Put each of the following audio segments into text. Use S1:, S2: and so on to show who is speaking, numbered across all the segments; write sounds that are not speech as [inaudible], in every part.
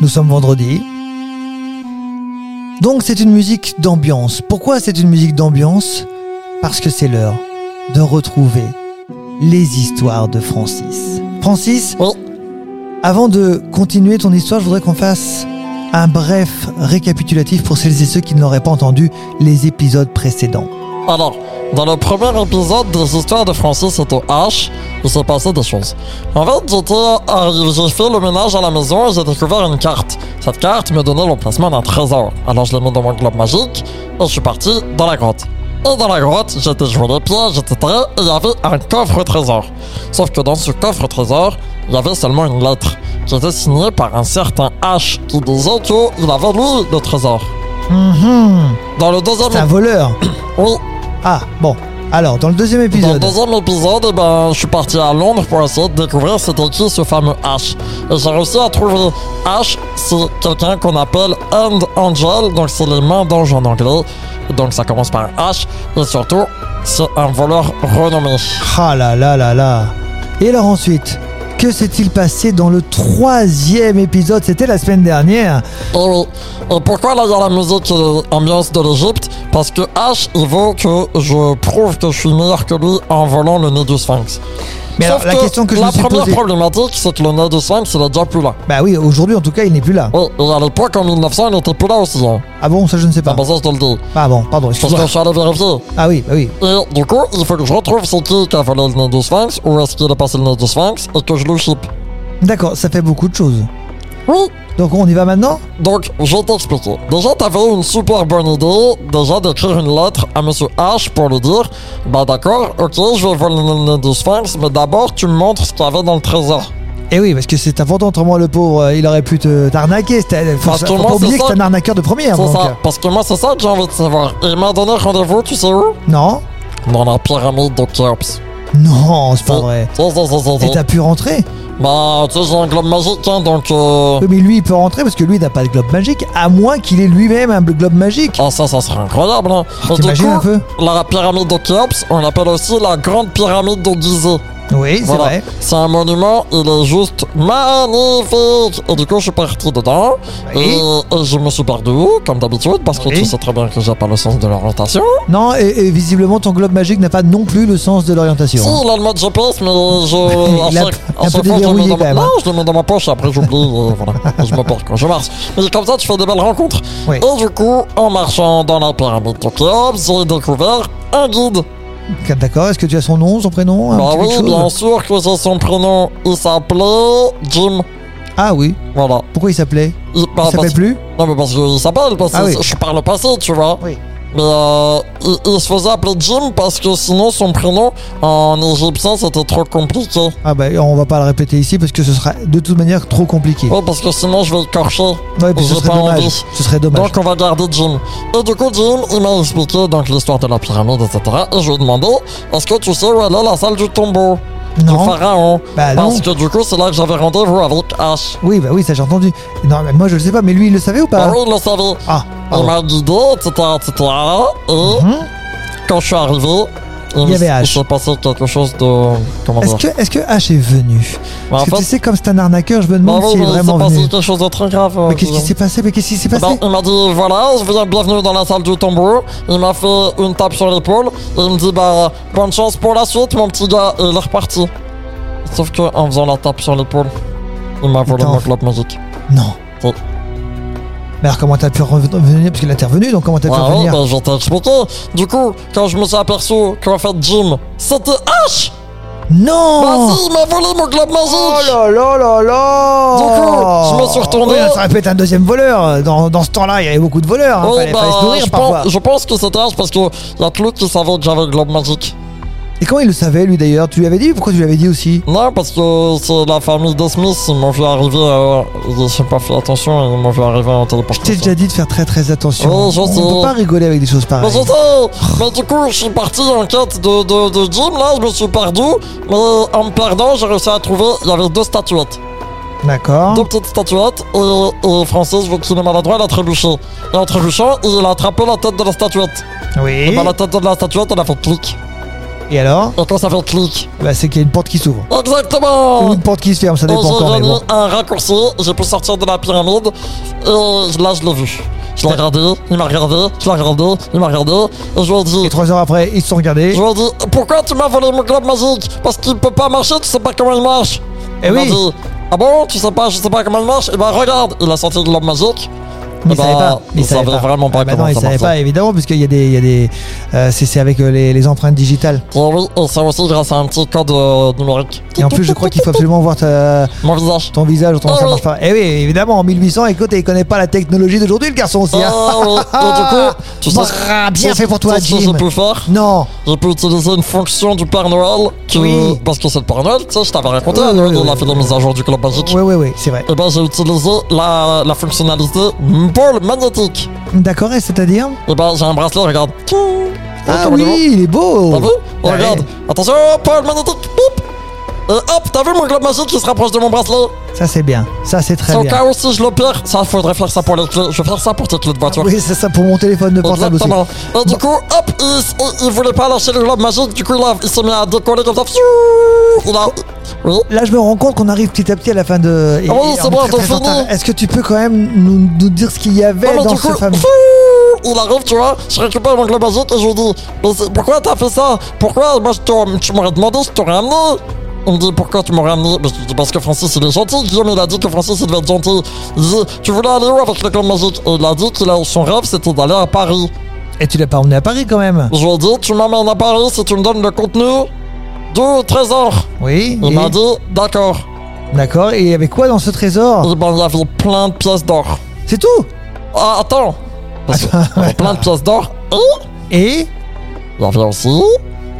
S1: Nous sommes vendredi. Donc c'est une musique d'ambiance. Pourquoi c'est une musique d'ambiance Parce que c'est l'heure de retrouver les histoires de Francis. Francis,
S2: Oh.
S1: avant de continuer ton histoire, je voudrais qu'on fasse un bref récapitulatif pour celles et ceux qui n'auraient pas entendu les épisodes précédents.
S2: Alors, dans le premier épisode des histoires de Francis et de H, il s'est passé des choses. En fait, j'étais, euh, j'ai fait le ménage à la maison et j'ai découvert une carte. Cette carte me donnait l'emplacement d'un trésor. Alors je l'ai mis dans mon globe magique et je suis parti dans la grotte. Et dans la grotte, j'étais joué les pièges, etc. Et il y avait un coffre trésor. Sauf que dans ce coffre trésor, il y avait seulement une lettre qui était signée par un certain H qui disait qu'il avait lui le trésor.
S1: Mhm.
S2: Dans le deuxième
S1: C'est un voleur.
S2: oui,
S1: Ah, bon. Alors, dans le deuxième
S2: Oh. Dans le
S1: épisode,
S2: deuxième épisode, eh ben, je suis parti à Londres pour essayer de découvrir c'était qui ce fameux H. Et j'ai réussi à trouver H, c'est quelqu'un qu'on appelle Hand Angel, donc c'est les mains d'ange en anglais. Donc ça commence par un H, et surtout, c'est un voleur renommé.
S1: ah là là là là. Et alors ensuite, que s'est-il passé dans le troisième épisode C'était la semaine dernière.
S2: Et oui. Et pourquoi là il y a la musique euh, ambiance de l'Egypte Parce que H, il veut que je prouve que je suis meilleur que lui en volant le nez du sphinx.
S1: Mais
S2: Sauf
S1: alors, la question que je
S2: la
S1: me suis
S2: première
S1: posée-
S2: problématique, c'est que le nez du sphinx, il est déjà plus là.
S1: Bah oui, aujourd'hui en tout cas, il n'est plus là.
S2: Oui, et à l'époque, en 1900, il n'était plus là aussi. Hein.
S1: Ah bon, ça je ne sais
S2: Ah
S1: pas.
S2: bah ça, je te le dis.
S1: Ah bon, pardon,
S2: Parce que
S1: excuse-moi.
S2: je suis allé vérifier.
S1: Ah oui, bah oui.
S2: Et du coup, il faut que je retrouve c'est qui qui a volé le nez du sphinx, où est-ce qu'il est passé le nez du sphinx, et que je le chip.
S1: D'accord, ça fait beaucoup de choses.
S2: Oui.
S1: Donc on y va maintenant
S2: Donc, je vais t'expliquer. Déjà, t'avais eu une super bonne idée, déjà d'écrire une lettre à Monsieur H pour lui dire, bah d'accord, ok, je vais voler le nez du sphinx, mais d'abord, tu me montres ce qu'il y avait dans le trésor.
S1: Eh oui, parce que c'est important, autrement le pauvre, euh, il aurait pu te t'arnaquer. C'était- Faut,
S2: Parce que
S1: faut
S2: moi,
S1: pas
S2: c'est
S1: oublier que
S2: ça-
S1: c'est un arnaqueur de première.
S2: C'est
S1: donc,
S2: ça.
S1: euh,
S2: Parce que moi, c'est ça que j'ai envie de savoir. Il m'a donné rendez-vous, tu sais où?
S1: Non
S2: Dans la pyramide de Khéops.
S1: Non, c'est pas vrai.
S2: Ça, ça, ça, ça, ça.
S1: Et t'as pu rentrer
S2: Bah, tu sais, j'ai un globe magique, hein, donc. Euh...
S1: Oui, mais lui, il peut rentrer parce que lui, il n'a pas de globe magique, à moins qu'il ait lui-même un globe magique.
S2: Ah, ça, ça serait incroyable, hein. Et du
S1: T'imagines
S2: coup,
S1: un peu
S2: La pyramide de Khéops, on l'appelle aussi la grande pyramide de Gizeh.
S1: Oui, c'est
S2: Voilà.
S1: vrai.
S2: C'est un monument, il est juste magnifique. Et du coup, je suis parti dedans.
S1: Oui.
S2: Et, et je me suis perdu, comme d'habitude, parce que
S1: Oui.
S2: tu sais très bien que j'ai pas le sens de l'orientation.
S1: Non, et, et visiblement, ton globe magique n'a pas non plus le sens de l'orientation.
S2: Si, il a le mode GPS, mais
S1: [laughs]
S2: je.
S1: Il a-
S2: à
S1: il a un peu
S2: chaque fois, je le mets
S1: déverrouillé,
S2: dans
S1: quand
S2: ma-
S1: même,
S2: Non,
S1: hein.
S2: je le mets dans ma poche, après j'oublie, et
S1: [laughs]
S2: voilà. Et je me porte quand je marche. Mais comme ça, tu fais des belles rencontres.
S1: Oui.
S2: Et du coup, en marchant dans la pyramide de Khéops, j'ai découvert un guide.
S1: D'accord, est-ce que tu as son nom, son prénom un
S2: bah
S1: petit Ah, quelque
S2: oui,
S1: chose
S2: bien sûr que c'est son prénom. Il s'appelait Jim.
S1: Ah oui,
S2: Voilà.
S1: pourquoi il s'appelait
S2: Il, bah,
S1: Il
S2: parce-
S1: s'appelle plus
S2: Non, mais parce qu'il s'appelle, parce que
S1: Ah oui.
S2: je parle passé, tu vois.
S1: Oui.
S2: Mais euh, il, il se faisait appeler Jim parce que sinon son prénom en égyptien c'était trop compliqué.
S1: Ah bah on va pas le répéter ici parce que ce sera de toute manière trop compliqué.
S2: Ouais, Oh, parce que sinon je vais écorcher.
S1: Ouais, puis ce
S2: j'ai
S1: serait
S2: pas
S1: dommage.
S2: envie.
S1: Ce serait dommage.
S2: Donc on va garder Jim. Et du coup Jim, il m'a expliqué donc l'histoire de la pyramide, etc. Et je lui ai demandé, est-ce que tu sais où elle est la salle du tombeau Du
S1: non.
S2: pharaon
S1: Bah non.
S2: Parce que du coup c'est là que j'avais rendez-vous avec H.
S1: Oui, bah oui, ça j'ai entendu. Non, mais moi je le sais pas, mais lui il le savait ou
S2: Ah
S1: pas
S2: oui, il le savait.
S1: Ah,
S2: Il
S1: pardon.
S2: m'a guidé, etc. etc. Et
S1: Hum
S2: quand je suis arrivé,
S1: Il y avait H.
S2: Il s'est passé quelque chose de. Comment
S1: Est-ce
S2: dire
S1: que, est que H est venu
S2: Bah, en
S1: Parce que
S2: fait-
S1: tu sais, comme c'est un arnaqueur, je me
S2: Bah
S1: demande
S2: oui,
S1: s'il est
S2: mais il s'est
S1: vraiment
S2: passé
S1: venu.
S2: quelque chose de très grave. euh,
S1: Mais qu'est-ce qui
S2: disons.
S1: s'est passé Mais qu'est-ce qui s'est passé
S2: Ben, il m'a dit voilà, je viens bienvenue dans la salle du tombeau. Il m'a fait une tape sur l'épaule. et Il me dit bah bonne chance pour la suite, mon petit gars. Et il est reparti. Sauf que en faisant la tape sur l'épaule, il m'a volé
S1: Attends.
S2: mon globe magique.
S1: Non.
S2: Oui.
S1: Mais alors comment t'as pu revenir Parce qu'il est intervenu, donc comment t'as pu
S2: Ah oui,
S1: revenir
S2: ben, je vais t'expliquer. Du coup, quand je me suis aperçu qu'en fait Jim, c'était H.
S1: Non
S2: Vas-y, il m'a volé mon globe
S1: Oh
S2: magique.
S1: là là là là
S2: Du coup, je me suis retourné.
S1: Ouais, ça aurait pu être un deuxième voleur. Dans, dans ce temps-là, il y avait beaucoup de voleurs. hein.
S2: Oh,
S1: fallait,
S2: bah,
S1: fallait se nourrir
S2: je,
S1: parfois.
S2: pense, je pense que c'était H parce que y a que lui qui savait que j'avais le globe magique.
S1: Et comment il le savait, lui d'ailleurs Tu lui avais dit Pourquoi tu lui avais dit aussi
S2: Non, parce que c'est la famille de Smith, ils m'ont vu arriver, euh, j'ai pas fait attention, ils m'ont vu arriver en
S1: Je t'ai
S2: téléportation.
S1: déjà dit de faire très très attention.
S2: Oh, je sais.
S1: On peut pas rigoler avec des choses
S2: Mais
S1: pareilles.
S2: je sais, mais du coup, je suis parti en quête de, de, de Jim, là, je me suis perdu, mais en me perdant, j'ai réussi à trouver, il y avait deux statuettes, deux
S1: D'accord.
S2: petites statuettes, et, et Francis, vu qu'il est maladroit, il a trébuché. Et en trébuchant, il a attrapé la tête de la statuette. Et
S1: Oui.
S2: bah, la tête de la statuette, elle a fait clic.
S1: Et alors
S2: Et quand ça fait clic,
S1: bah, C'est qu'il y a une porte qui s'ouvre.
S2: exactement
S1: Ou une porte qui se ferme, ça
S2: Et
S1: dépend
S2: j'ai
S1: encore, mais
S2: gagné
S1: bon.
S2: Oh, un raccourci, j'ai pu sortir de la pyramide, et là je l'ai vu. Je l'ai regardé, il m'a regardé, je l'ai regardé, il m'a regardé, et je lui ai dit,
S1: Et trois heures après, ils se sont regardés.
S2: je lui ai dit, pourquoi tu m'as volé mon globe magique Parce qu'il peut pas marcher, tu sais pas comment il marche.
S1: Eh
S2: il
S1: oui.
S2: m'a dit, ah bon, tu sais pas, je sais pas comment il marche Eh ben regarde, il a sorti le globe magique.
S1: Mais
S2: Eh
S1: ils savaient
S2: ben,
S1: pas. Mais
S2: il
S1: ils savaient
S2: savait vraiment pas
S1: Ah, bah
S2: comment
S1: non, ils
S2: ça
S1: savaient
S2: marchait.
S1: pas, évidemment, puisqu'il y a des. il Y a des euh, c'est c'est avec euh, les, les empreintes digitales.
S2: Et oui, et c'est aussi grâce à un petit code euh, numérique.
S1: Et en plus, je crois qu'il faut absolument voir ta-
S2: Mon visage.
S1: ton visage, autrement
S2: Ah
S1: ça
S2: ouais.
S1: marche pas. Eh oui, évidemment, en 1800, écoute, il connaît pas la technologie d'aujourd'hui, le garçon aussi. hein.
S2: Ah oui, et du coup, tu sais,
S1: Brrr, ah, bien
S2: tu sais-
S1: fait pour toi,
S2: tu sais ce que
S1: Jim.
S2: j'ai pu faire
S1: Non,
S2: J'ai pu utiliser une fonction du Père Noël qui-
S1: Oui.
S2: parce que c'est le Père Noël, tu sais, je t'avais raconté,
S1: Oui,
S2: à Noël,
S1: oui,
S2: on a
S1: oui.
S2: fait des mises à jour du club magique.
S1: oui, oui, oui, c'est vrai.
S2: Et ben j'ai utilisé la, la fonctionnalité ball magnétique.
S1: D'accord, et c'est-à-dire
S2: Et ben j'ai un bracelet, regarde. Ting.
S1: Ah
S2: Comme il est
S1: oui, il est beau.
S2: T'as vu
S1: Ouais.
S2: Ah Regarde. Attention, ball magnétique. Boop. Et hop, t'as vu mon globe magique qui se rapproche de mon bracelet
S1: Ça c'est bien, ça c'est très
S2: C'est au
S1: bien.
S2: cas où si je le perds, ça faudrait faire ça pour les clés. Je vais faire ça pour tes clés de voiture.
S1: Oui, c'est ça pour mon téléphone de portable aussi.
S2: Exactement. Et du coup, hop, il, il- il voulait pas lâcher le globe magique, du coup, il, a- il s'est mis à décoller comme ça. Pfiou Il a. Oui.
S1: Là, je me rends compte qu'on arrive petit à petit à la fin de. et-
S2: Ah oui,
S1: et
S2: c'est
S1: on est
S2: bon,
S1: très, très
S2: on
S1: en
S2: finit.
S1: retard. Est-ce que tu peux quand même nous, nous dire ce qu'il y avait
S2: Ah, mais
S1: dans
S2: du
S1: ce
S2: coup,
S1: fameux.
S2: pfiou il arrive, tu vois, je récupère mon globe magique et je lui dis Mais c'est- pourquoi t'as fait ça Pourquoi Moi, je t'aurais- tu m'aurais demandé si tu t'aurais amené il me dit pourquoi tu m'aurais amené Mais je lui dis parce que Francis il est gentil. Guillaume il a dit que Francis il devait être gentil. Il dit tu voulais aller où avec le globe magique Et il a dit qu'il a son rêve c'était d'aller à Paris.
S1: Et tu l'as pas emmené à Paris quand même
S2: Je lui ai dit tu m'amènes à Paris si tu me donnes le contenu du trésor.
S1: Oui.
S2: Il
S1: et-
S2: m'a dit, d'accord.
S1: D'accord, et il y avait quoi dans ce trésor
S2: Et ben, il y avait plein de pièces d'or.
S1: C'est tout
S2: Ah, attends. Parce que,
S1: [laughs]
S2: il y avait plein de pièces d'or. Et
S1: Et.
S2: il y avait aussi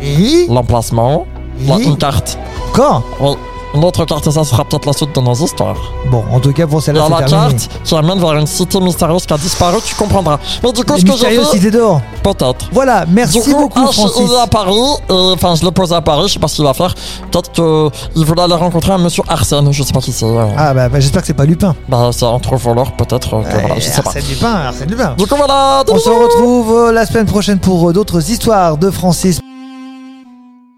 S1: Et.
S2: Oh. l'emplacement. la-
S1: Oui.
S2: Une carte.
S1: Quand
S2: Oui. Une autre carte, et ça sera peut-être la suite de nos histoires.
S1: Bon, en tout cas, pour
S2: Il y
S1: celle-là,
S2: a la
S1: c'est terminé.
S2: carte qui amène vers une cité mystérieuse qui a disparu, tu comprendras. Mais du coup,
S1: Les
S2: ce que j'ai
S1: mystérieuses
S2: fait,
S1: cités d'or.
S2: peut-être.
S1: Voilà, merci
S2: Du coup,
S1: beaucoup,
S2: H,
S1: Francis.
S2: il est à Paris, et, enfin, je l'ai posé à Paris, je sais pas ce qu'il va faire. Peut-être qu'il voulait aller rencontrer un monsieur Arsène, je sais pas qui c'est. euh,
S1: Ah bah, bah, j'espère que c'est pas Lupin. Eh,
S2: Bah, c'est entre voleurs, peut-être. euh, que voilà, Ah, je sais pas.
S1: Arsène Lupin, Arsène Lupin.
S2: Du coup, voilà.
S1: On se retrouve euh, la semaine prochaine pour euh, d'autres histoires de Francis.